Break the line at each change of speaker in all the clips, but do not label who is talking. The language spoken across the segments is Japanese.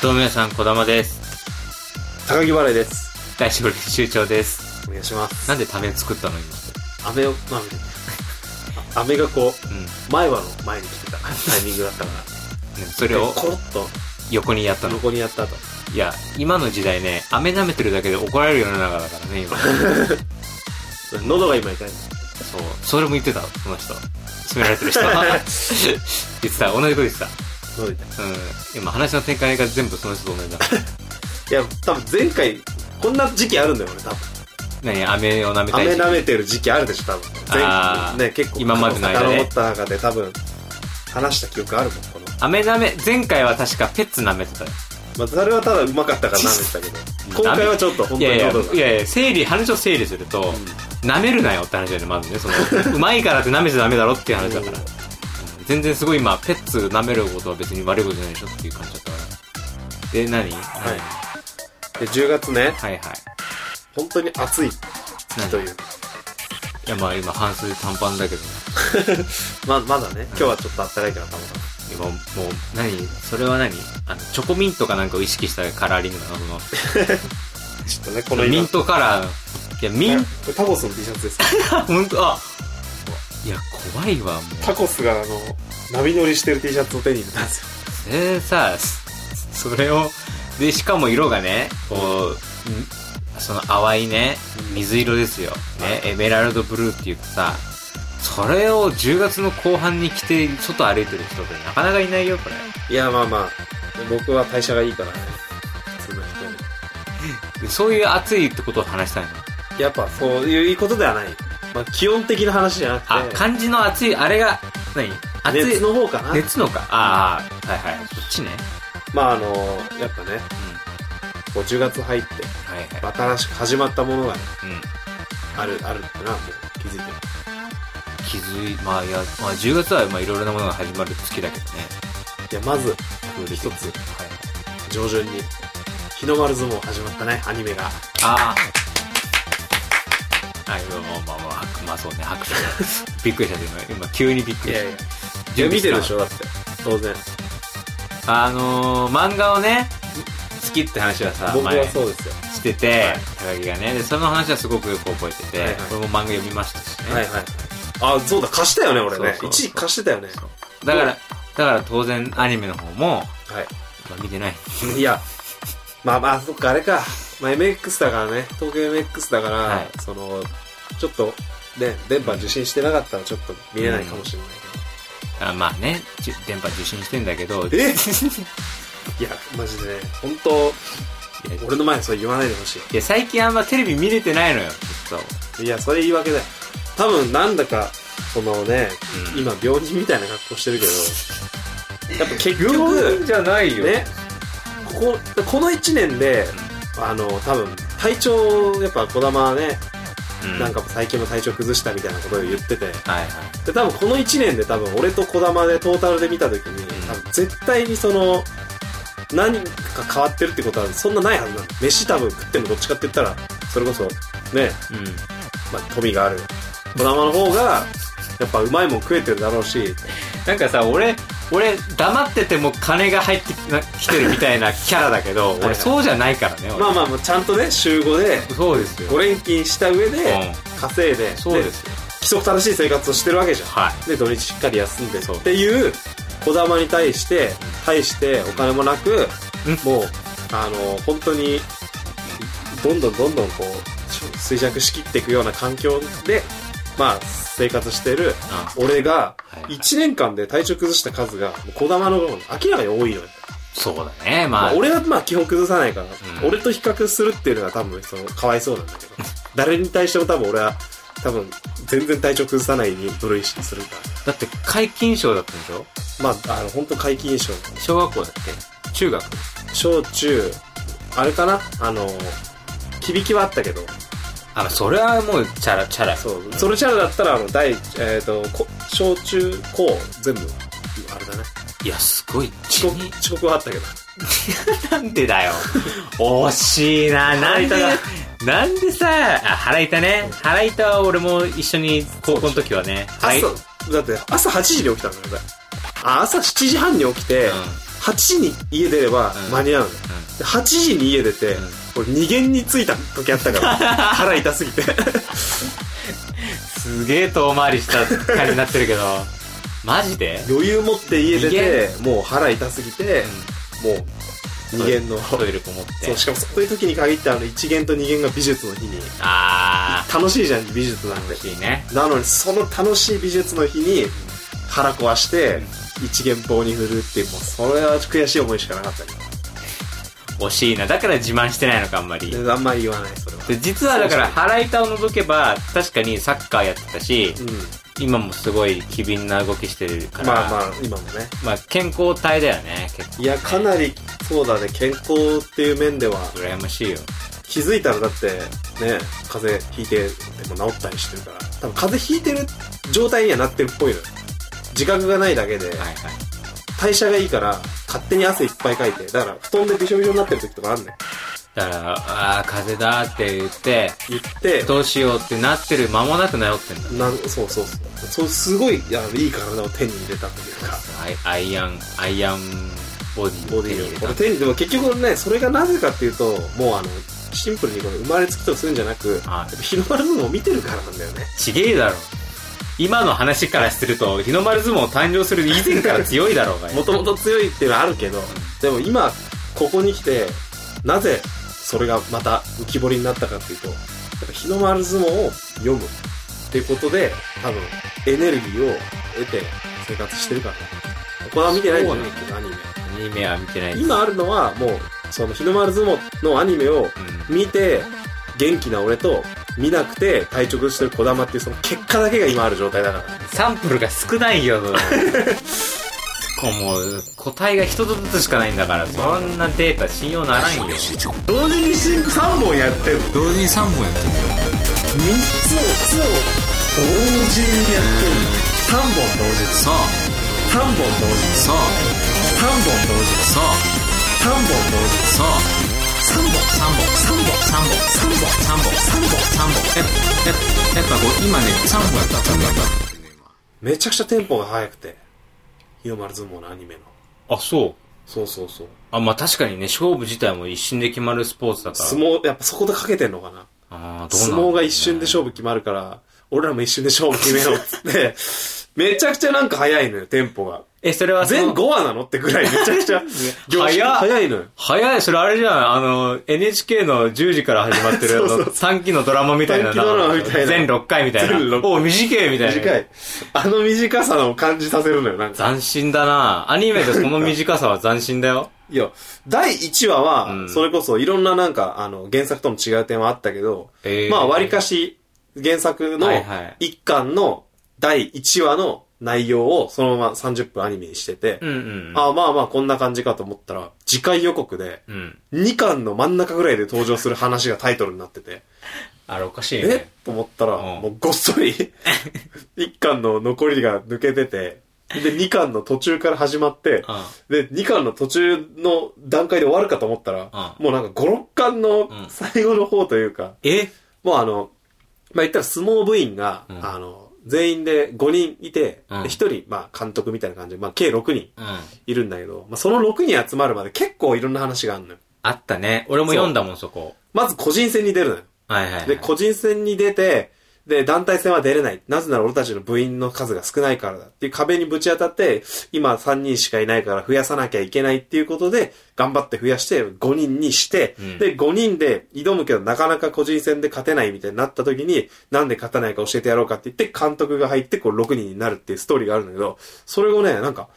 どうも皆さん、こだまです。
高木払いです。
大丈夫です。集長です。
お願いします。
なんでため作ったの今。
飴を、まあ、 飴がこ
うん。
う、前歯の前に来 てたタイミングだったから。
ねそれを
でコロッと
横にやったの。
横にやった後。
いや、今の時代ね、飴舐めてるだけで怒られる世の中だからね、 今。
喉が今痛い。
そう。それも言ってた、この人。詰められてる人。 言ってた、同じこと言ってた。
喉痛い。
うん。今話の展開が全部その人と同じだから。
いや、多分前回、こんな時期あるんだよ、俺、多分。
何飴を舐めたい
飴
時期
舐めてる時期あるでしょ、多分。
あー
ね、結構、
今までの間ね
遡った中で多分、話した記憶あるもん、この。
飴舐め、前回は確かペッツ舐めてたよ。
まあ、それはただうまかったから舐めてたけど、今回はちょっと本
い
当
や
に
いや
喉が。
いやいや、整理、話を整理すると、舐めるなよって話だよね、まずね。その、うまいからって舐めちゃダメだろっていう話だから。
うん
全然すごい今、ペッツ舐めることは別に悪いことじゃないでしょっていう感じだったから。で、何
は
はい
で、10月ね、
はいはい。
本当に暑い
何
という。
いや、まあ今、半数短パンだけど、
ま、まだね、今日はちょっと暖かいから、たまたま。
今、もう、何それは何あの、チョコミントかなんかを意識したカラーリングなのその
ちょっとね、この
ミ
今
ントカラーの。いや、ミン
これタコスの T シャツです。
ト、ほんと、あ、いや、怖いわ、もう。
タコスがあの、波乗りしてる T シャツを手に入れたんですよ。
でさそそれをでしかも色がねこう、んその淡いね水色ですよ、ね、エメラルドブルーって言ってさそれを10月の後半に着て外歩いてる人ってなかなかいないよこれ
いや、まあまあ、僕は代謝がいいからね。その人に。
でそういう暑いってことを話したいの
やっぱそういうことではない。まあ、気温的な話じゃなくて、
あ、漢字の暑いあれが何暑い
熱の方かな。
熱のかああはいはいそっちね
まああの、やっぱね、
うん
こう10月入って、
はいはい、
新しく始まったものがね
うん、
ある、あるってな、もう気づいてる。
気づいまあいや、まあ、10月はまあいろいろなものが始まる月だけどね
いや、まず、
一
一
つ
つ
はい
上旬に、日の丸相撲始まったね、アニメが。
ああ。あ、今、まあまあまあ、まあそうね、拍手 が。びっくりした、今、今、急にびっくりした。
いや、見てるでしょ、だって。当然。
あのー、漫画をね、好きって話はさ、
僕
前
は
し
そうですよ。
てて
は
高
い、
木がね、で、その話はすごくよく覚えてて、
はいはい
これも漫画読みましたしね。
はいはい。あ、そうだ、貸したよね、俺
そう
ね
そう。そう
一時貸してたよね。
だから、だから当然アニメの方も、
は
まあ見てない。
い。い や、まあまあ、そっか、あれか。まあ、MX だからね、東京 MX だから、
はい
その、ちょっと、ね、電波受信してなかったらちょっと見れないかもしれない
あまあね、じゅ電波受信してんだけど、
けど。えいや、マジでね、本当
いや
俺の前でそれ言わないでほし
いや最近あんまテレビ見れてないのよ、ずっと。
い。いや、それ言い訳だよ。多分、なんだか、そのね、
うん
今、病人みたいな格好してるけ ど、やっぱ結局、
じゃない
ね、こここの1年で、あの多分体調やっぱ児玉はね、
うん
なんか最近も体調崩したみたいなことを言ってて
はいはい。
で多分この1年で多分俺と児玉でトータルで見た時に、
ん
多分絶対にその何か変わってるってことはそんなないはずなの飯多分食ってもどっちかって言ったらそれこそね、
うん。
まあ、富がある児玉の方がやっぱうまいもん食えてるだろうし
なんかさ、俺、俺、黙ってても金が入ってきてるみたいなキャラだけど、
いはい
俺そうじゃないからね、俺
まあまあまあちゃんとね週5で
そうですよ。
5連勤した上
う
で稼いで、
ん、そうですよ。
規則正しい生活をしてるわけじゃん
はい。
で土日しっかり休んで
そう
っていう児玉に対して対してお金もなく
うん
もうあの本当にどんどんどんどんこう衰弱しきっていくような環境でまあ生活してる俺が
はいはい
1年間で体調崩した数がもう児玉の方が明らかに多いのよ、
そうだね、ま
ま
あ。
あ、俺はまあ基本崩さないから、
うん
俺と比較するっていうのが多分そのかわいそうなんだけど誰に対しても多分俺は多分全然体調崩さないに努力するか
だ
ら
って、皆勤賞だったんでしょ
まあ、あの、本当皆勤賞。
小学校だって。中学。
小中、あれかなあの、響きはあったけど、
あ、まあそれはもう、チャラ、チャラ。
そう、
ん
それじゃだったら、あの、第、えっ、と、こ小中高、全部、あれだね。
いや、すごい。
遅刻、遅刻はあったけど。
なんでだよ。 惜しいな。なんで
腹、
なんでさ、あ、腹痛ね。腹痛は俺も一緒に高校の時はね。
朝、
はい。うん。
だって、朝8時に起きたんだよ、俺。あ、朝7時半に起きて、 8時に家出れば
うん
間に合うの、で8時に家出て、
うん
俺2限に着いた時あった から腹痛すぎて
すげえ遠回りした感じになってる けど、マジで
余裕持って家出
二
てもう腹痛すぎて、もう2限の
トイレこもって。
そうしかもそういう時に限ってあの1限と2限が美術の日に
あ
楽しいじゃん美術なん
ー、
で
楽しいね。
なのにその楽しい美術の日に腹壊して一元棒に振るっていうもうそれは悔しい思いしかなかったけ
惜しいな。だから自慢してないのか、あんまり。
どであんまり言わないそれは
で実はだから腹板を除けば確かにサッカーやってたし
う
今もすごい機敏な動きしてるか
ん
ら
まあまあ今もね
まあ健康体だよね結構
いやかなりそうだね健康っていう面では
羨ましいよ
気づいたらだってね風邪ひいてでも治ったりしてるから多分風邪ひいてる状態にはなってるっぽいのよ自覚がないだけで
はいはい
代謝がいいから勝手に汗いっぱいかいてだから布団でびしょびしょになってる時とかあんねん
だからああ風邪だって言って
言って
どうしようってなってる間もなく治ってんだ
なんそうそうそうそうすごいいやいい体を手に入れたというか
アイアイアンアイアンボディ
ボ
を
デ
手に
ィ
入れ
を
た
俺手にでも結局ねそれがなぜかっていうともうあのシンプルにこれ生まれつきとするんじゃな
は
く
い
やっぱ日の丸相撲を見てるからなんだよね
ちげえだろ今の話からすると日の丸相撲誕生する以前から強いだろうがよ
もともと強いっていうのはあるけどでも今ここに来てなぜそれがまた浮き彫りになったかっていうとやっぱ日の丸相撲を読むっていうことで多分エネルギーを得て生活してるからねこれは見てないんじゃないけどアニ
ア
メ
ニメは見てない
今あるのはもうその日の丸相撲のアニメを
うん
見て元気な俺と見なくて体調崩してる児玉っていうその結果だけが今ある状態だから
サンプルが少ないよ。こうもう、個体が一つずつしかないんだから、そんなデータ信用ならんよ。
同時に3本やってる
同時に3本やって
3つを同時にやってる3本同時
そう、
3本同時
そう、
3本同時
そう、
3本同時
そう、
3本
3本、3本、3本、3本、3本、3本、3本。やっぱ、やっぱこう、今ね、3本やった、3本やっ
めちゃくちゃテンポが速くて日の丸相撲のアニメの
た。あ、そう。
そうそうそう
あ、まあ確かにね、勝負自体も一瞬で決まるスポーツだから。
相撲やっぱそこでかけてんのかな
あーどうなん
相撲が一瞬で勝負決まるから、俺らも一瞬で勝負決めようっつって、 めちゃくちゃなんか早いのよ、テンポが。
え、それはその。
全5話なのってぐらいめちゃくちゃ凝縮
早っ
早いのよ。
早い、それあれじゃん。あの、NHK の10時から始ま ってる、あの、3期のドラマみたいな。
三期ドラマみたいな
全6回みたいな。
全六
お、短いみたいな。
短い。あの短さを感じさせるのよ、なんか。
斬新だなアニメでその短さは斬新だよ。
いや、第1話
う
は、
ん
それこそいろんななんか、あの、原作との違う点はあったけど、
えー
まあ、割かし、原作の
はいはい
1巻の第1話の内容をそのまま30分アニメにしてて、
うんうん。
あまあまあこんな感じかと思ったら、次回予告で、
うん。
2巻の真ん中ぐらいで登場する話がタイトルになってて、
あれおかしい
え
ね。
と思ったら、
うん
もうごっ そり、1巻の残りが抜けてて、で、2巻の途中から始まって、で、2巻の途中の段階で終わるかと思ったら、
う
もうなんか5、6巻
ん
の最後の方というか、
え
もうあの、まあ、言ったら相撲部員が、
ん
あの、全員で5人いて、
うん
で1人、まあ、監督みたいな感じで、まあ、計6人
うん。
いるんだけど、まあ、その6人集まるまで結構いろんな話があるのよ。
あったね。俺も読んだもん、そこ。
まず個人戦に出るのよ。
はいはいはい。
で、個人戦に出て、で、団体戦は出れない。なぜなら俺たちの部員の数が少ないからだ。っていう壁にぶち当たって、今3人しかいないから増やさなきゃいけないっていうことで、頑張って増やして5人にして、
うん
で、5人で挑むけどなかなか個人戦で勝てないみたいになった時に、なんで勝たないか教えてやろうかって言って、監督が入ってこう6人になるっていうストーリーがあるんだけど、それをね、なんか、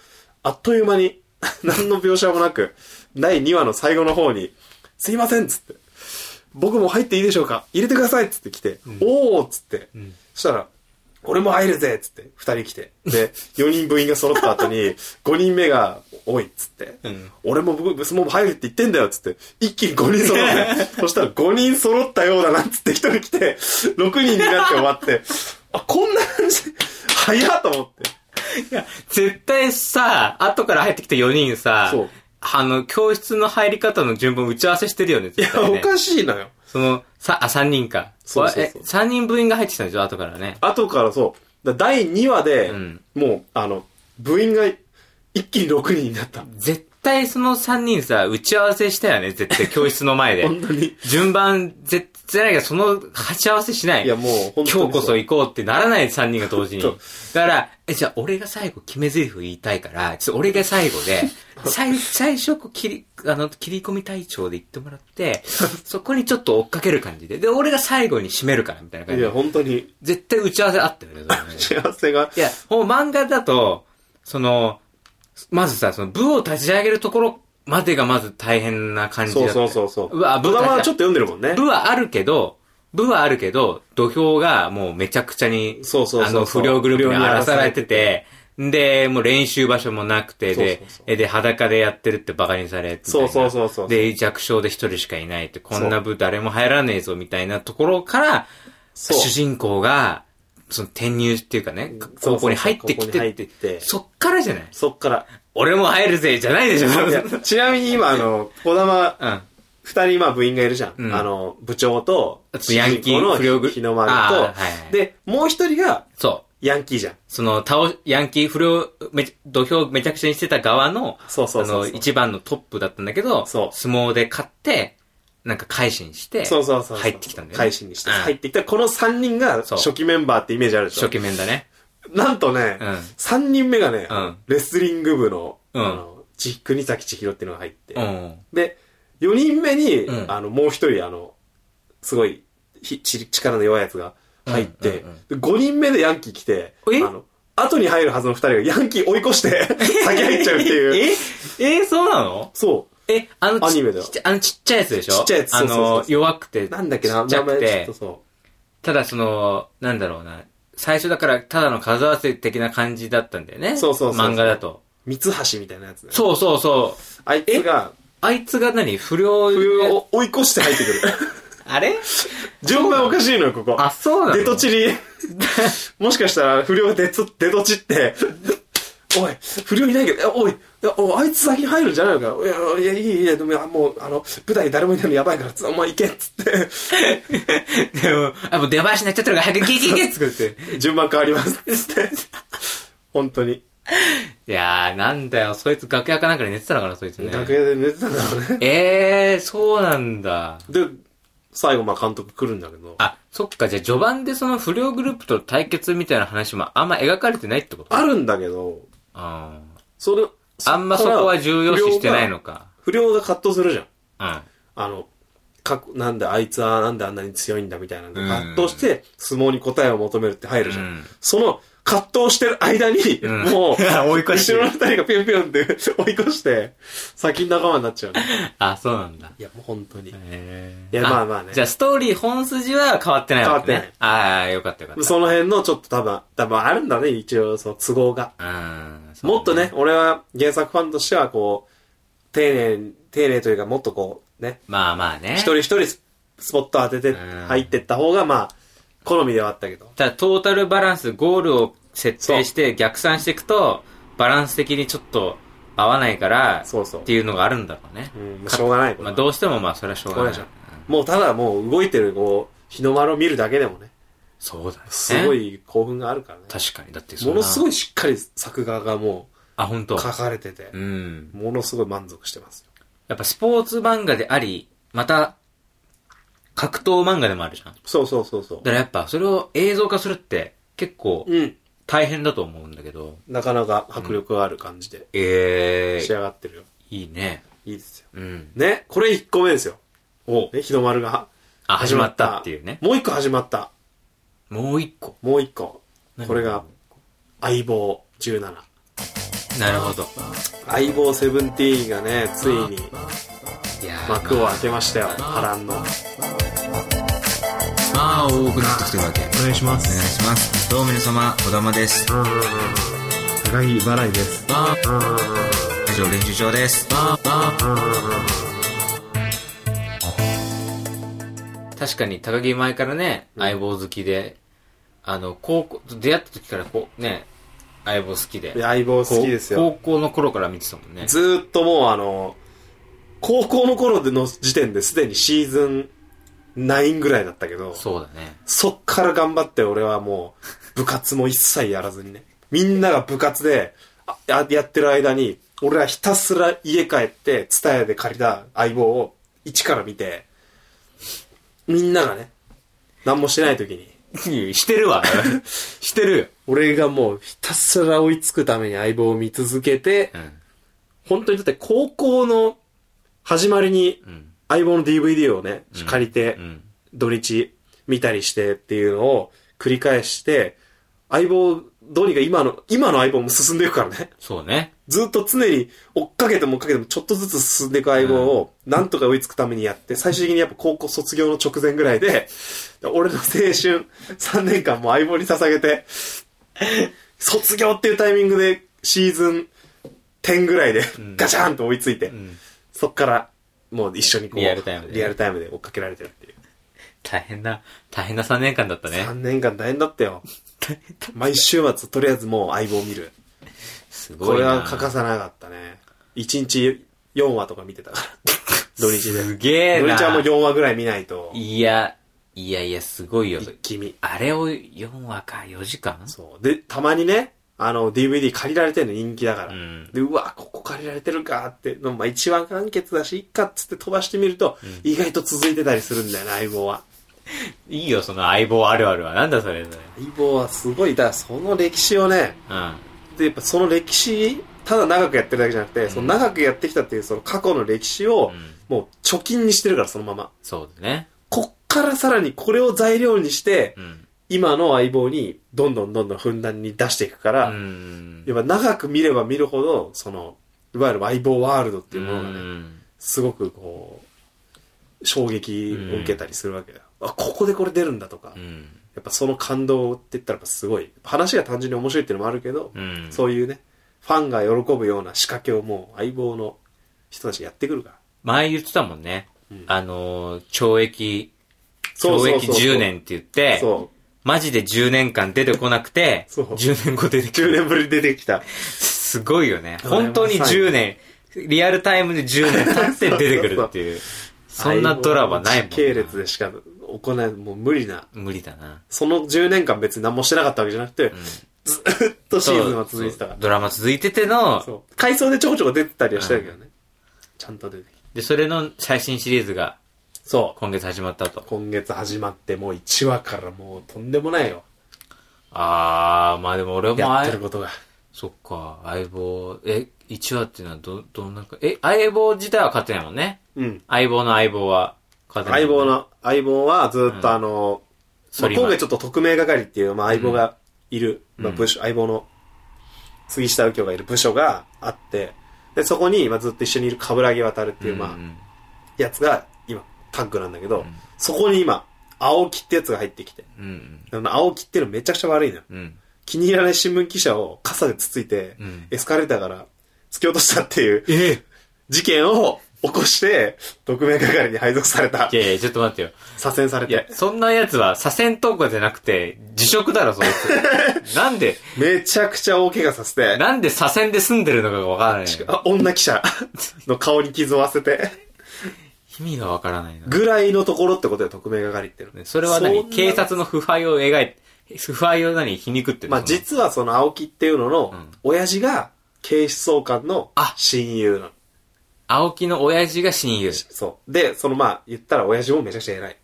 あっという間に、 何の描写もなく、第2話の最後の方に、すいませんっつって、僕も入っていいでしょうか入れてくださいっつって来て、おーっつって、そしたら、俺も入るぜっつって、二人来て。で、4人部員が揃った後に、5人 目が、おいっつって、
うん
俺も僕、相撲部入るって言ってんだよっつって、一気に5人 揃って、そしたら5人揃ったようだなっつって一人来て、6人になって終わって、あ、こんな感じ、早っと思って。
いや、絶対さ、後から入ってきた4人さ
そう、
あの、教室の入り方の順番打ち合わせしてるよね、
い
絶対
や、
ね
おかしいのよ。
その、さ、あ、3人か。
そうそうそう
え3人部員が入ってきたんでしょ、後からね。
後からそう、だ第2話で、
うん
もう、あの、部員が一気に6人になった。
絶対その3人さ、打ち合わせしたよね、絶対教室の前で。
本当に。
順番、絶対なんかその鉢合わせしない。
いや、もう、本当にう
今日こそ行こうってならない3人が同時に。だ
そう
から、え、じゃあ俺が最後決め台詞言いたいから、ちょっと俺が最後 で、最、最初こう切り、あの、切り込み隊長で言ってもらって、そこにちょっと追っかける感じで、で、俺が最後に締めるから、みたいな感
い
じで
や、。本当に、
絶対打ち合わせあったよね、それね
幸せが。
いや、もう漫画だと、その、まずさ、その部を立ち上げるところまでがまず大変な感じだ
そ
っ
う
た
そうそうそう。
うわ
ドラマはちょっと読んでるもんね。
部はあるけど、部はあるけど、土俵がもうめちゃくちゃに、
そうそうそう
あの、不良グループに
不良に
荒
荒
ら
ら
さ
さ
れ
れ
て
て
て、で、もう練習場所もなくて、で
そうそうそう、
えで、裸でやってるってバカにされて。みたいな
そうそうそうそう
で、弱小で一人しかいないって、こんな部誰も入らねえぞ、みたいなところから、
そう
主人公が、その転入っていうかね、
そうそうそう
高校に入ってき
高校に
て
入
っ
っててって、
そっからじゃない
そっから。
俺も入るぜ、じゃないでしょ。
いやちなみに今、あの、小玉、
うん。
二人、まあ、部員がいるじゃん。
うん
あの、部長と、
あとヤンキー
主人公の
不良グ
日の丸と、
あーはいはい
で、もう一人が、
そう。
ヤンキーじゃん。
その、倒し、ヤンキー不良、めち、土俵めちゃくちゃにしてた側の、
そうそうそうそう
あの、一番のトップだったんだけど、
そう
相撲で勝って、なんか改心して、
そうそうそうそう。
入ってきたんだよね。
改心にして。
うん
入ってきた。この三人が
そう
初期メンバーってイメージあるでし
初
ょ。
期面だね。
なんとね
うん、
三、人目がね、
うん
レスリング部の、
うん
あの、ち、国崎千尋っていうのが入って。
うん。
で、四人目に、
うん
あの、もう一人、あの、すごい、ひち力の弱いやつが入って
うんうん、
で五、人目でヤンキー来て、
え
あの、後に入るはずの二人がヤンキー追い 越して、先入っちゃうっていう。
ええそうなの
そ
え、あのち、
アニメだよ
ちっちゃあのちっちゃいやつでしょ
ちっちゃいやつ
あ
そうそうそう
の、
そう
弱くて、
う。なんだっけな、
ちっちゃく
名前
て
ちょっと、そ
ただその、なんだろうな、最初だから、ただの数合わせ的な感じだったんだよね。
そうそうそうそう
漫画だと。
う。三橋みたいなやつね。
そうそうそう。
あいつが、
あいつが何不良、
冬を追い越して入って くる。
あれ
順番おかしいのよ、ここ。
あ、そうな の
デトチリ、もしかしたら不良デト、デトチって、おい、不良いないけど、えおい、えおあいつ先に入るんじゃないのか。いや、いや、いい、いや、でも、いやもう、あの、舞台誰もいないのやばいから、つお前行けっつっ
でも、あ、もう出囃子になっちゃってるから早くギギギって作って。
て、順番変わりますっつって。本当に。
いやー、なんだよ、そいつ楽屋かなんかで寝てたのかな、そいつね。
楽屋で寝てたんだろうね。
えー、そうなんだ。
で、最後、まあ、監督来るんだけど。
あ、そっか、じゃあ序盤でその不良グループと対決みたいな話もあんま描かれてないってこと
あるんだけど、
あ
それ、
あんまそこは重要視してないのか。
不良が。不良が葛藤するじゃん。
うん。
あの、かっなんであいつはなんであんなに強いんだみたいなのが葛藤して、相撲に答えを求めるって入るじゃん。
うん
その葛藤してる間に、
うん
もう、
追い越して
後ろの二人がピュンピュンって 追い越して、先に仲間になっちゃうね。
あ、そうなんだ。
いや、もう本当に。
え
いやまあまあね
じゃあストーリー本筋は変わってないわけね。
変わって
ああ、よかったよかった。
その辺のちょっと多分、多分あるんだね、一応、その都合が。
うん。そう
もっとね、。俺は原作ファンとしては、こう、丁寧に、丁寧というか、もっとこう、ね、
まあまあね。
一人一人ススポット当てて
うん
入ってった方が、まあ、好みではあったけど。
ただトータルバランスゴールを設定して逆算していくとバランス的にちょっと合わないから
そうそう
っていうのがあるんだろうね、
うん、しょうがない。これ
ま
は
あ、どうしてもまあそれはしょうがない
これはしょもうただもう動いてるこう、日の丸を見るだけでもね、
そうだね
すごい興奮があるからね。
確かにだってそん
も
な
のすご
い
いしっかり作画がも
あ本
う
当
書かれてて
う、ん
ものすごい満足してますよ。
やっぱスポーツ漫画でありまた格闘漫画でもあるじゃんだ
そうそうそうそう
か。らやっぱそれを映像化するって結構
うん。
大変だと思うんだけど
なかなか迫力がある感じで
ええ
仕上がってるよ。
いいね
いいですよ。
うん
ね、これ1個目ですよ。
お
ね、日の丸が
あ始まったっていうね
もう1個始まった。
もう一個
もう1個。
何
これが、相棒17。
なるほど
相棒セブンティーンがね、ついに
いやー
幕を開けましたよ。波乱の。
まあ多くなってきてるわけお願
願いしま
い。しますどうも皆様小玉です
高木払いです。
以上練習場です確かに高木前からね相棒好きであの高校出会った時からこうね相棒好きで
相棒好きですよ。
こう高校の頃から見てたもんね
ずーっともうあの、高校の頃での時点ですでにシーズン9ぐらいだったけど、そ
そうだ ね
っから頑張って俺はもう部活も一切やらずにね。みんなが部活であややってる間に、俺はひたすら家帰って、ツタヤで借りた相棒を一から見て、みんながね、何もしてない時に、
してる わ。してるよ。
俺がもうひたすら追いつくために相棒を見続けて
う、ん。
本当にだって高校の始まりに
うん。
相棒の DVD をね、借りて
う、ん。
土日見たりしてっていうのを繰り返して、相棒、どうにか今の、今の相棒も進んでいくからね。
そうね。
ずっと常に追っかけても追っかけてもちょっとずつ進んでいく相棒をなんとか追いつくためにやって、最終的にやっぱ高校卒業の直前ぐらいで、俺の青春3年間も相棒に捧げて、 卒業っていうタイミングでシーズン10ぐらいで
ん
ガチャンと追いついて、
うん。
そっからもう一緒にこう、
リアルタイムで
リアルタイムで追っかけられてるっていう。
大変な、大変な3年間だったね
3。年間大変だっ たよ。毎週末とりあえずもう相棒見る。
す
こ
ごい
れ
な。
は欠かさなかったね。1日4話とか見て たから。土日で。
すげえ
土
な。
日はもう4話ぐらい見ないと、
いや、いやいや、すごいよ。
一気見。
あれを4話か、4時間
そう。で、たまにね、あの、DVD 借りられてるの人気だから。
うん
で、うわ、ここ借りられてるかって、のまあ、1話完結だし、いっかっつって飛ばしてみると、意外と続いてたりするんだよね、相棒は。
いいよ、その相棒あるあるは。なんだそれ、それ。
相棒はすごい、だからその歴史をね、
うん。
で、やっぱその歴史、ただ長くやってるだけじゃなくて、その長くやってきたっていうその過去の歴史を、
うん
もう貯金にしてるから、そのまま。
そうだね。
こっからさらにこれを材料にして、
うん。
今の相棒にどんどんどんどんふんだんに出していくから、
うん。
やっぱ長く見れば見るほど、その、いわゆる相棒ワールドっていうものがね、
うん
すごくこう、衝撃を受けたりするわけだよ。あ、ここでこれ出るんだとか、
う
や
ん。
っぱその感動って言ったらやっぱすごい、話が単純に面白いっていうのもあるけど、
うん。
そういうね、ファンが喜ぶような仕掛けをもう相棒の人たちがやってくるから。
前言ってたもんね。
ん
あのー、懲役、
そう
懲
そう
役
そうそう
10年って言って、
そう。
マジで10年間出てこなくて、
そう
10年後出てき
10
る。
年ぶりに出てきた。
すごいよね。
あれは
本当に10年、リアルタイムで10年経って出てくるって いう。そんなドラマないもんな
時系列でしか行えない、もう無理な。
無理だな。
その10年間別に何もしてなかったわけじゃなくて、ずっとシーズンは続いてた
そ
か
うドラマ続いてての
ら。、そう。回想でちょこちょこ出てたりはしてたけどね。ちゃんと出てきた。
で、それの最新シリーズが
そう。
今月始まったと。
今月始まってもう1話からもうとんでもないよ。
あー、まあでも俺も
や
あ
ってることが。
そっか、相棒、え、1話っていうのはど、どんなか、え、相棒自体は勝てないもんね。
うん。
相棒の相棒は勝てない。
相棒、の、相棒はずっとあの、ま
反
あ
町
今回ちょっと匿名係っていう、まあ相棒がいる、まあ
うん
部署、相棒の杉下右京がいる部署があって、で、そこに、まあずっと一緒にいる冠城渡るっていう、まあ、
ん
やつが今タッグなんだけど、そこに今青木ってやつが入ってきて
うん、うん、
あの青木っていうのめちゃくちゃ悪いのよ
うん、
気に入らない新聞記者を傘でつついて、
うん
エスカレーターから突き落としたっていう
え
事件を起こして特命係に配属された
いやいや、ちょっと待ってよ。
左遷され
いや
て、
そんなやつは左遷投稿じゃなくて、辞職だろ、そい つ。なんで、
めちゃくちゃ大怪我させて
なんで左遷で住んでるのかがわからない。意
あ女記者 の顔に傷を負わせて
味がわからないな。
ぐらいのところってことよ特命係っていうの
それは
ん
何
な
警察の腐敗を描いて、腐敗を何皮肉ってる
まあ
その
実はその青木っていうのの
ん
親父が警視総監の
あ
親友なの
青木の親父が親友。
そう。で、そのまあ、言ったら親父もめちゃくちゃ偉い。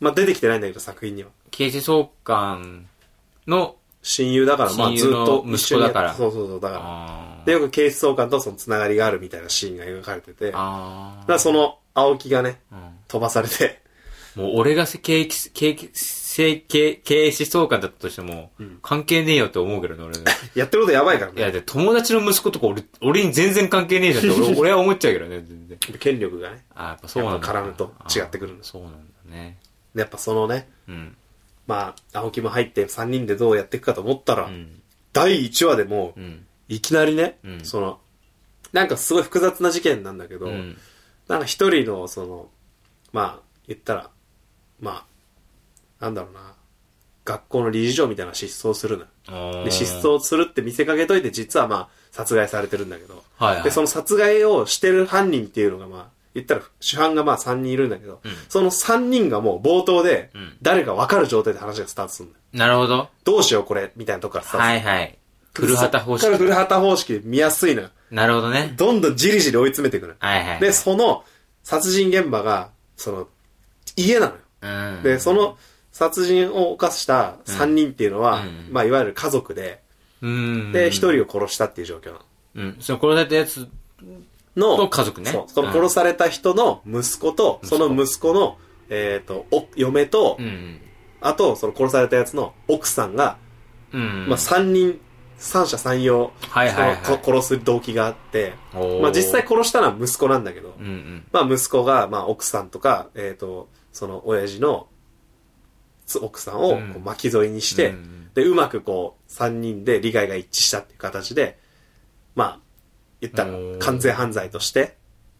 まあ、出てきてないんだけど、作品には。
警視総監の、
親友だから、まあ、
親
ず
友の
っと一緒にやっ
息子だから
そうそうそう、だか
あ
ら。
ー
で、よく警視総監とそのつながりがあるみたいなシーンが描かれてて、だか
あ
らその、青木がね、
ー、うん
飛ばされて、
もう俺が経営、経営、経営、経営思想官だったとしても、関係ねえよって思うけどね、 俺ね。
やってることやばいから
いや、
ね。
で、友達の息子とか俺、俺に全然関係ねえじゃんって 俺、俺は思っちゃうけどね、全然。
権力がね。
あーやっぱそうなんだ。
やっぱ絡むと違ってくるんだ
あーそうなんだね。
やっぱそのね、
うん。
まあ、青木も入って3人でどうやっていくかと思ったら、
うん。
第1話でも
う
う、
ん。
いきなりね、
うん
その、なんかすごい複雑な事件なんだけど、
うん。
なんか一人の、その、まあ、言ったら、まあ、なんだろうな、学校の理事長みたいなのが失踪するのよ。で、
で
失。踪するって見せかけといて、実はまあ、殺害されてるんだけど、
はいはい。
で、その殺害をしてる犯人っていうのがまあ、言ったら主犯がまあ3人いるんだけど、
うん
その3人がもう冒頭で
うん、
誰か分かる状態で話がスタートするんだよ。
なるほど。
どうしようこれみたいなとこからスタートする。
はいはい。古畑方式
そっから。古畑方式で見やすいのよ。
なるほどね。
どんどんじりじり追い詰めてくる。
はいはいはい。
で、その殺人現場が、その、家なのよ。
うん。
で、その殺人を犯した3人っていうの
う
は、
ん
まあ、いわゆる家族で、
うん。
で、1人を殺したっていう状況なの。
うん。その殺されたやつ、
の
と家族ね
そうその
うん
殺された人の息子と、
息
そ
子
の息子の、えっ、と、お嫁と、
うん。
あと、その殺されたやつの奥さんが、
うん。
まあ、三人、三者三様、
はいはいはい
そのこ殺す動機があって、
おー
まあ、実際殺したのは息子なんだけど、
うんうん。
まあ、息子が、まあ、奥さんとか、えっ、と、その親父のつ奥さんをこ
うん
う巻き添えにして、
うん
で、うまくこう、三人で利害が一致したっていう形で、まあ、言ったら
おー
完全犯罪として、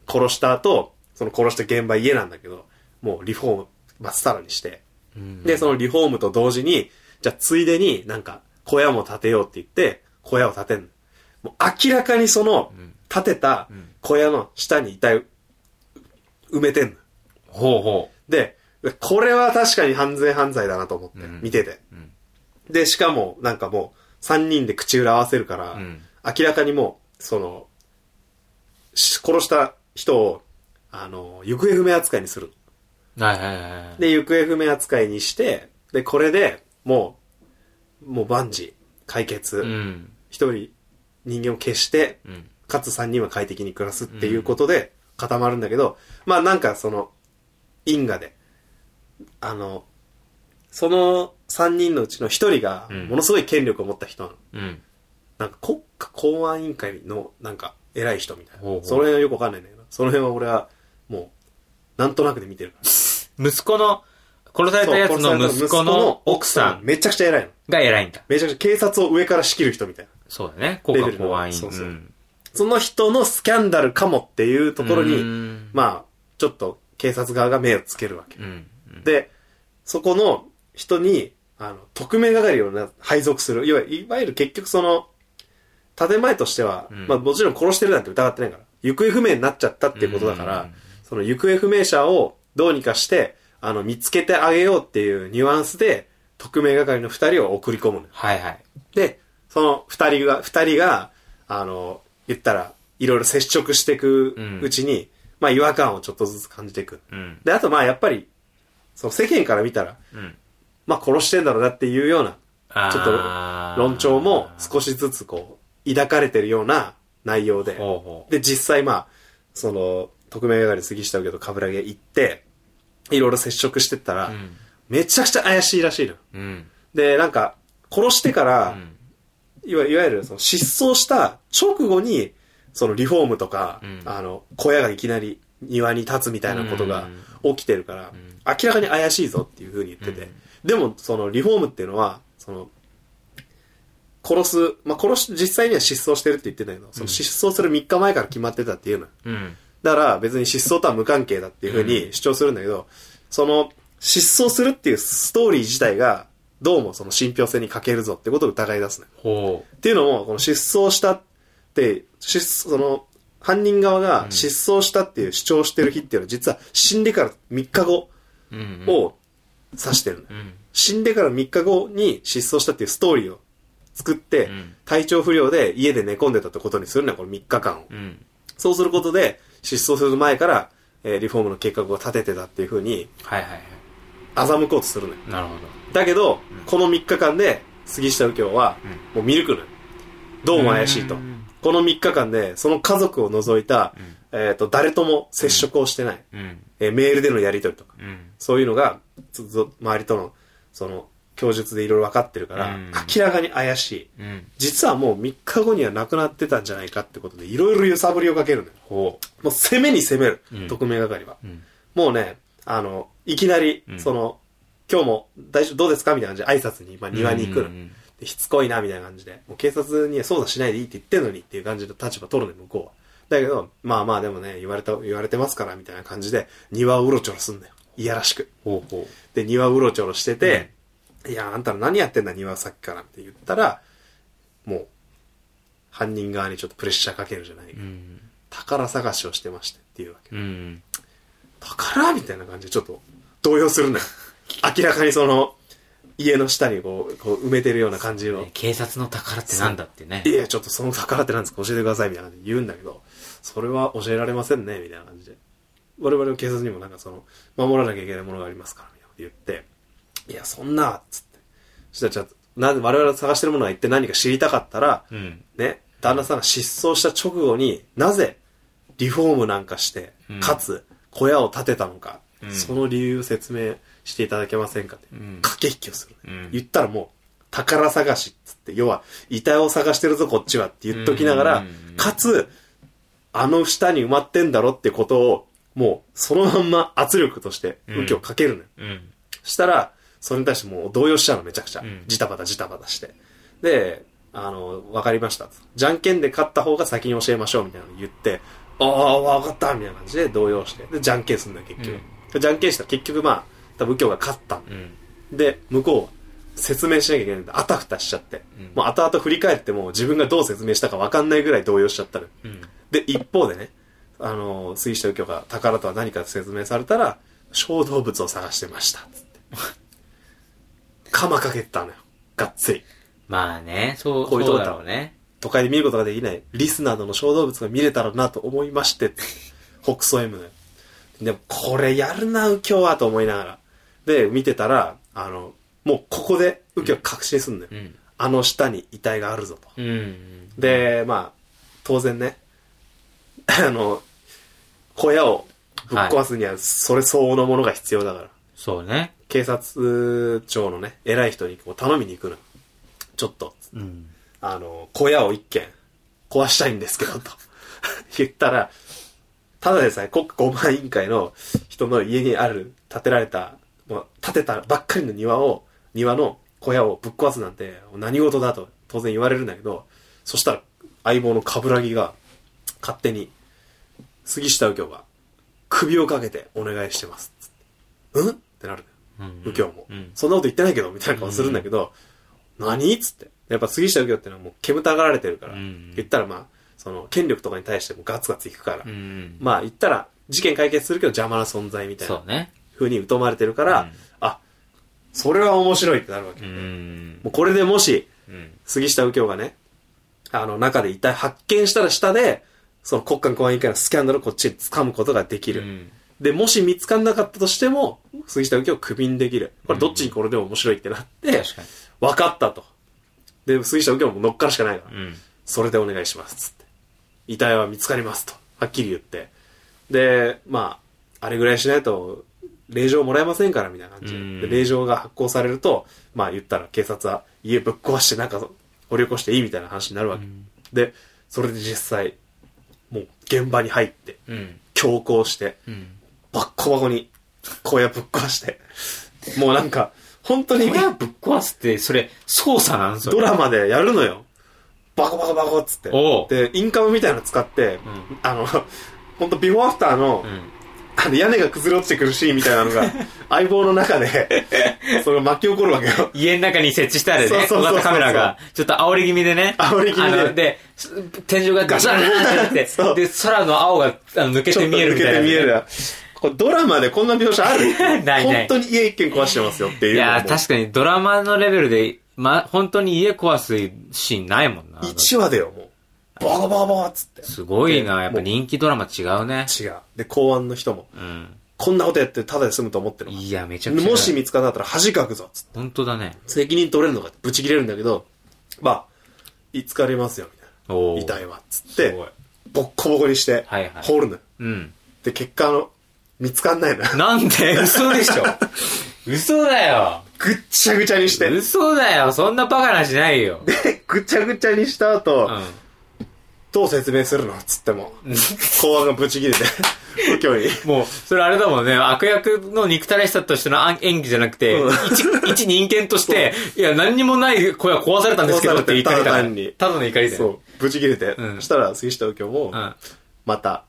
殺した後、その殺した現場家なんだけど、もうリフォーム真っさらにして、
うん
で、そのリフォームと同時に、じゃあついでになんか小屋も建てようって言って、小屋を建てんの。もう明らかにその
ん、
建てた
ん
小屋の下に遺体を埋めてんの。
ほうほ
で、これは確かに完全犯罪だなと思って、
うん
見てて。
うん
で、しかも、なんかもう、三人で口裏合わせるから、
うん
明らかにもう、その、し殺した人を、あの、行方不明扱いにする。
う。はいはいはいはい。
で、行方不明扱いにして、で、これでもう、もう万事、解
う
決。
ん。
一、人、人間を消して、
うん。
かつ三人は快適に暮らすっていうことで固まるんだけど、まあなんかその、因果で、あの、その三人のうちの一人が
うん、
ものすごい権力を持った人なの。
うん。
なんか国家公安委員会の、なんか、偉い人みたいな。
ほうほう
その辺はよくわかんないんだけど、その辺は俺は、もう、なんとなくで見てるから。
息子の、殺されたやつの息子の奥さん
めちゃくちゃ偉いの。
が偉いんだ。
めちゃくちゃ警察を上から仕切る人みたいな。
そうだね。国
レ
家
ベルの
公安員。
そうそうんその人のスキャンダルかもっていうところ
う
に、
ん
まあ、ちょっと警察側が目をつけるわけ。
うん。
で、そこの人に、あの、匿名係をな配属する。いわゆるいわゆる結局その、建前としては、
うん
まあもちろん殺してるなんて疑ってないから、行方不明になっちゃったっていうことだから、
うん
その行方不明者をどうにかして、あの、見つけてあげようっていうニュアンスで、匿名係の二人を送り込むのよ
はいはい。
で、その二人が、二人が、あの、言ったら、いろいろ接触していくうちに、まあ違和感をちょっとずつ感じていく。
うん。
で、あとまあやっぱり、その世間から見たら、
うん。
まあ殺してんだろうなっていうような
あー
ちょっと論調も少しずつこう、抱かれてるような内容で。
ほうほう。
で、実際まあ、その、匿名係杉下右京と冠城行って、いろいろ接触してったら、
うん
めちゃくちゃ怪しいらしいの。
うん。
で、なんか、殺してから、
ん
いわいわゆるその失踪した直後に、そのリフォームとか、
うん
あの、小屋がいきなり庭に立つみたいなことが起きてるから、
ん
明らかに怪しいぞっていう風に言ってて、でもそのリフォームっていうのは、その、殺す、まあ、殺し、実際には失踪してるって言ってたけど、その失踪する3日前から決まってたっていうのよ。
うん。
だから別に失踪とは無関係だっていうふうに主張するんだけど、その失踪するっていうストーリー自体がどうもその信憑性に欠けるぞってことを疑い出すね。
ほう。
っていうのも、この失踪したって、失その犯人側が失踪したっていう主張してる日っていうのは実は死んでから3日後
うん。
を指してるのよ、
うん。
死んでから3日後に失踪したっていうストーリーを作って、
うん
体調不良で家で寝込んでたってことにするのよ、この3日間を。
うん。
そうすることで、失踪する前から、えーリフォームの計画を立ててたっていう風に、
はいはいは
欺こうとするのよ。
い。なるほ
だけど、この3日間で、杉下右京は、もう見抜くのよ。どうも怪しいと
うん。
この3日間で、その家族を除いた、えっ、と、誰とも接触をしてない。
ど。うん。
えーメールでのやり取りとか。
うん。
そういうのが、ずっと周りとの、その、供述でいろいろ分かってるから、
うん
明らかに怪しい。
うん。
実はもう3日後には亡くなってたんじゃないかってことで、いろいろ揺さぶりをかけるのよ。
ほ
もう攻めに攻める、
うん
特命係は。
う。うん。
もうね、あの、いきなり、
うん
その、今日も大丈夫、どうですかみたいな感じで挨拶に、まあ、庭に行くの、
うんうん
でしつこいな、みたいな感じで。もう警察には捜査しないでいいって言ってんのにっていう感じで立場取るね、向こうは。だけど、まあまあでもね、言われた、言われてますから、みたいな感じで、庭をうろちょろすんだよ。いやらしく。
ほうほ
で、庭うろちょろしてて、いや、あんたら何やってんだ、庭さっきからって言ったら、もう、犯人側にちょっとプレッシャーかけるじゃない、
う。うん。
宝探しをしてましてっていうわけ。
うん。
宝みたいな感じでちょっと動揺するんだよ。明らかにその、家の下にこう、こう埋めてるような感じの。
警察の宝ってなんだってね
い。やいや、ちょっとその宝ってなんですか教えてくださいみたいな感じで言うんだけど、それは教えられませんね、みたいな感じで。我々の警察にもなんかその、守らなきゃいけないものがありますから、みたいなこと言って、いや、そんな、つって。そしたらじゃあ、な、我々が探してるものは一体何か知りたかったら、
うん。
ね、旦那さんが失踪した直後になぜリフォームなんかして、
うん
かつ小屋を建てたのか、
うん
その理由を説明していただけませんかって、
うん
駆け引きをする、
うん
言ったらもう宝探しっつって要は遺体を探してるぞこっちはって言っときながら、
うんうんうん
かつあの下に埋まってんだろってことをもうそのまんま圧力として右京かけるのよ、
うん。
したら、それに対してもう動揺しちゃうの、めちゃくちゃ
うん。
ジタバタジタバタして。で、あの、わかりました。じゃんけんで勝った方が先に教えましょう、みたいなの言って、ああ、わかった、みたいな感じで動揺して。で、じゃんけんすんだよ、結局。でじゃんけんしたら結局まあ、多分右京が勝ったんだ
うん。
で、向こうは説明しなきゃいけないんで、あたふたしちゃって。
うん
もう後々振り返っても自分がどう説明したかわかんないぐらい動揺しちゃったのよ。
うん。
で、一方でね、あの、水下右京が宝とは何かって説明されたら、小動物を探してました。つって。鎌かけてたのよ。がっつり。
まあね、そう、
こういうと
そ
こ
う
だ
だろうね。
都会で見ることができないリスなどの小動物が見れたらなと思いまして、北総 M のよ。でも、これやるな、右京は、と思いながら。で、見てたら、あの、もうここで右京確信すんのよ。
うん。
あの下に遺体があるぞと。
うん。
で、まあ、当然ね、 あの、小屋をぶっ壊すには、それ相応のものが必要だから、
そうね。
警察庁のね、偉い人にこう頼みに行くの。ちょっと、
うん。
あの、小屋を一軒壊したいんですけど、と 言ったら、ただでさえ国家公安委員会の人の家にある、建てられた、もう建てたばっかりの庭を、庭の小屋をぶっ壊すなんて何事だと当然言われるんだけど、そしたら相棒の冠城が勝手に、杉下右京が首をかけてお願いしてます。つってうんってなるんだよ。
うん
右京も、
うん。
そんなこと言ってないけど、みたいな顔するんだけど、何っつって。やっぱ杉下右京ってのはもう煙たがられてるから、
うん
言ったらまあ、その、権力とかに対してもガツガツいくから、
うん。
まあ言ったら、事件解決するけど邪魔な存在みたい
そ
な
うね。
風に疎まれてるから、
うん
あ、それは面白いってなるわけ。
う
も
ん。
うこれでもし、
うん。
杉下右京がね、あの、中で遺体発見したら下で、その国家公安委員会のスキャンダルをこっちに掴むことができ
う
る。
ん。
で、もし見つかんなかったとしても、杉下右京をクビにできる。これどっちにこれでも面白いってなって、
確か
分かったと。で、杉下右京も乗っからしかないから、
に。うん。
それでお願いします、つって。遺体は見つかりますと。はっきり言って。で、まあ、あれぐらいしないと、令状もらえませんから、みたいな感じ
う
で
ん
で。令状が発行されると、まあ言ったら警察は家ぶっ壊してなんか掘り起こしていいみたいな話になるわけ。
うん
で、それで実際、もう現場に入って、
うん。
強行して、
うん。
バッコバコに小屋ぶっ壊して、もうなんか、本当に
親ぶっ壊すって、それ、操作なんそれ。
ドラマでやるのよ。バコバコバコっつって
おう。
で、インカムみたいなの使って、
うん
あの、 本当ビフォーアフターの,、
うん。
あの屋根が崩れ落ちてくるシーンみたいなの が、相棒の中で、 それが巻き起こるわけよ。
家の中に設置してある
そう
ね、
そうそ
小
うそう
型カメラが、ちょっと煽り気味でね。
煽り気味で
あので、す天井がガシャンって
そ
な
う
って、で、空の青があの抜け
ちょ
て
っ と
見える
抜
み
け
たいな
て
ね。
見える。これドラマでこんな描写ある
ないない
本当に家一軒壊してますよっていう
い
のがもう。
やー、確かにドラマのレベルで、ま、本当に家壊すシーンないもんな。
1話だよ、もう。バコバコバコっつって。
すごいな、
で
やっぱ人気ドラマ違うね。
違う。で、公安の人も、
うん。
こんなことやってただで済むと思ってるのか
いや、めちゃくちゃ。
もし、見つからなかったら恥かくぞ、つって。
本当だね。
責任取れるのかってブチ切れるんだけど、まあ、いつかれますよ、みたい
お
な。
ー
遺体は、つって
すごい、
ボッコボコにして
はいは、い
放るのよ。
うん。
で、結果、あの、見つかんな いのよ。
なんで嘘でしょ嘘だよ
ぐっちゃぐちゃにして。で、
嘘だよそんなバカなしないよ。
ぐちゃぐちゃにした後
う、ん。
どう説明するのつっても、公安がブ チ切れて、右京に。
もう、それあれだもんね、悪役の憎たらしさとしてのあん演技じゃなくて、
うん
一、一人間として、いや、何にもない声は壊されたんですけどって怒りだか
壊されてた
ら
単に
ただの怒りだ
そ
よ。
う、ブチ切れて。
うん
そしたら、杉下右京も
う、ん。
また、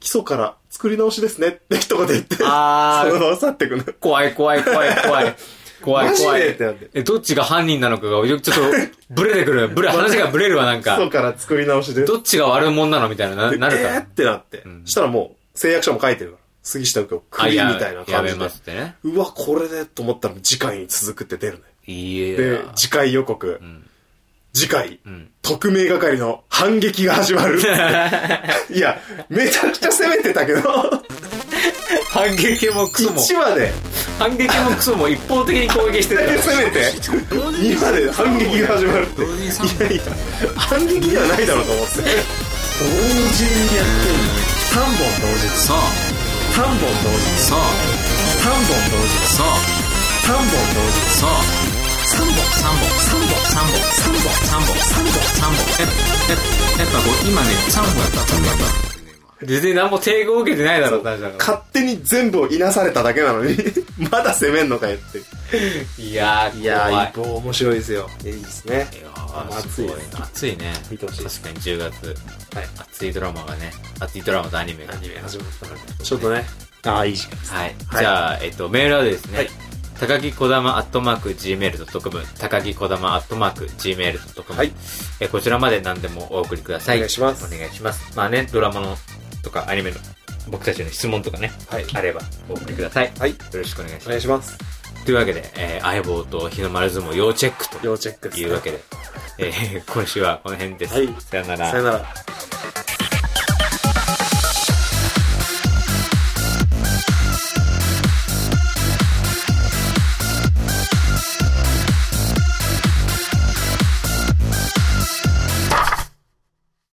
基礎から作り直しですねって一言言って、 その
あー
まま去ってくの。
怖い怖い怖い怖い。怖い怖
マジで
い
ってなって。
え、どっちが犯人なのかが、よくちょっと、ブレてくる。 ブレ、話がブレるわ、なん
基礎
か。
から作り直しです。
どっちが悪者なのみたいな、な
で
なるか
えー
ら
っ。てなって。
ん
したらもう、誓約書も書いてるから。杉下右京、ク
あ
リ
や
みたいな
や
感
め
じで
ま。すってね。
うわ、これでと思ったら次回に続くって出るね。
いいえ。
で、次回予告。
ん
次回、
ん
特命係の反撃が始 まる。いや、めちゃくちゃ攻めてたけど、
反撃もクソも、
1話で、
反撃もクソも一方的に攻撃して
だけ
る。
攻めて、2話で反撃が始まるって。いやいや、反撃ではないだろうと思って。同時
そう、そう、そう、
にやってる。3本同時。3本同時。3本同時。3本同時。
そう。
3本。
三本、三本、三本、三本、三本、三本、三本。え、え、やっぱこう、今ね、三本だった、三本だった。全然何も抵抗受けてないだろ、確か
勝手に全部をいなされただけなのに まだ攻めんのかよって
に。いやー、
いや
怖
ー一方面白いですよいいですね
いやー
暑い
すごな暑いね。
見てほしいです
確かに10月、
はい
熱いドラマがね、熱いドラマとアニメが。
アニメ始まったからちょっとねああいい時間です
はい。
はい
じゃあ、えっと、メールはですね、
はい
高木こだまアットマーク Gmail.com、高木こだまアットマーク Gmail.com、
はい
えこちらまで何でもお送りください。
お願いします
お願いします。まあね、ドラマのとかアニメの僕たちの質問とかね、
はい
あればお送りください。
はい
よろしくお願いし
お
ま
願いします
す。というわけで、えー相棒と日の丸相撲要チェックと
要チェックです
いうわけで、えー今週はこの辺です。
はい
さよな
さよなら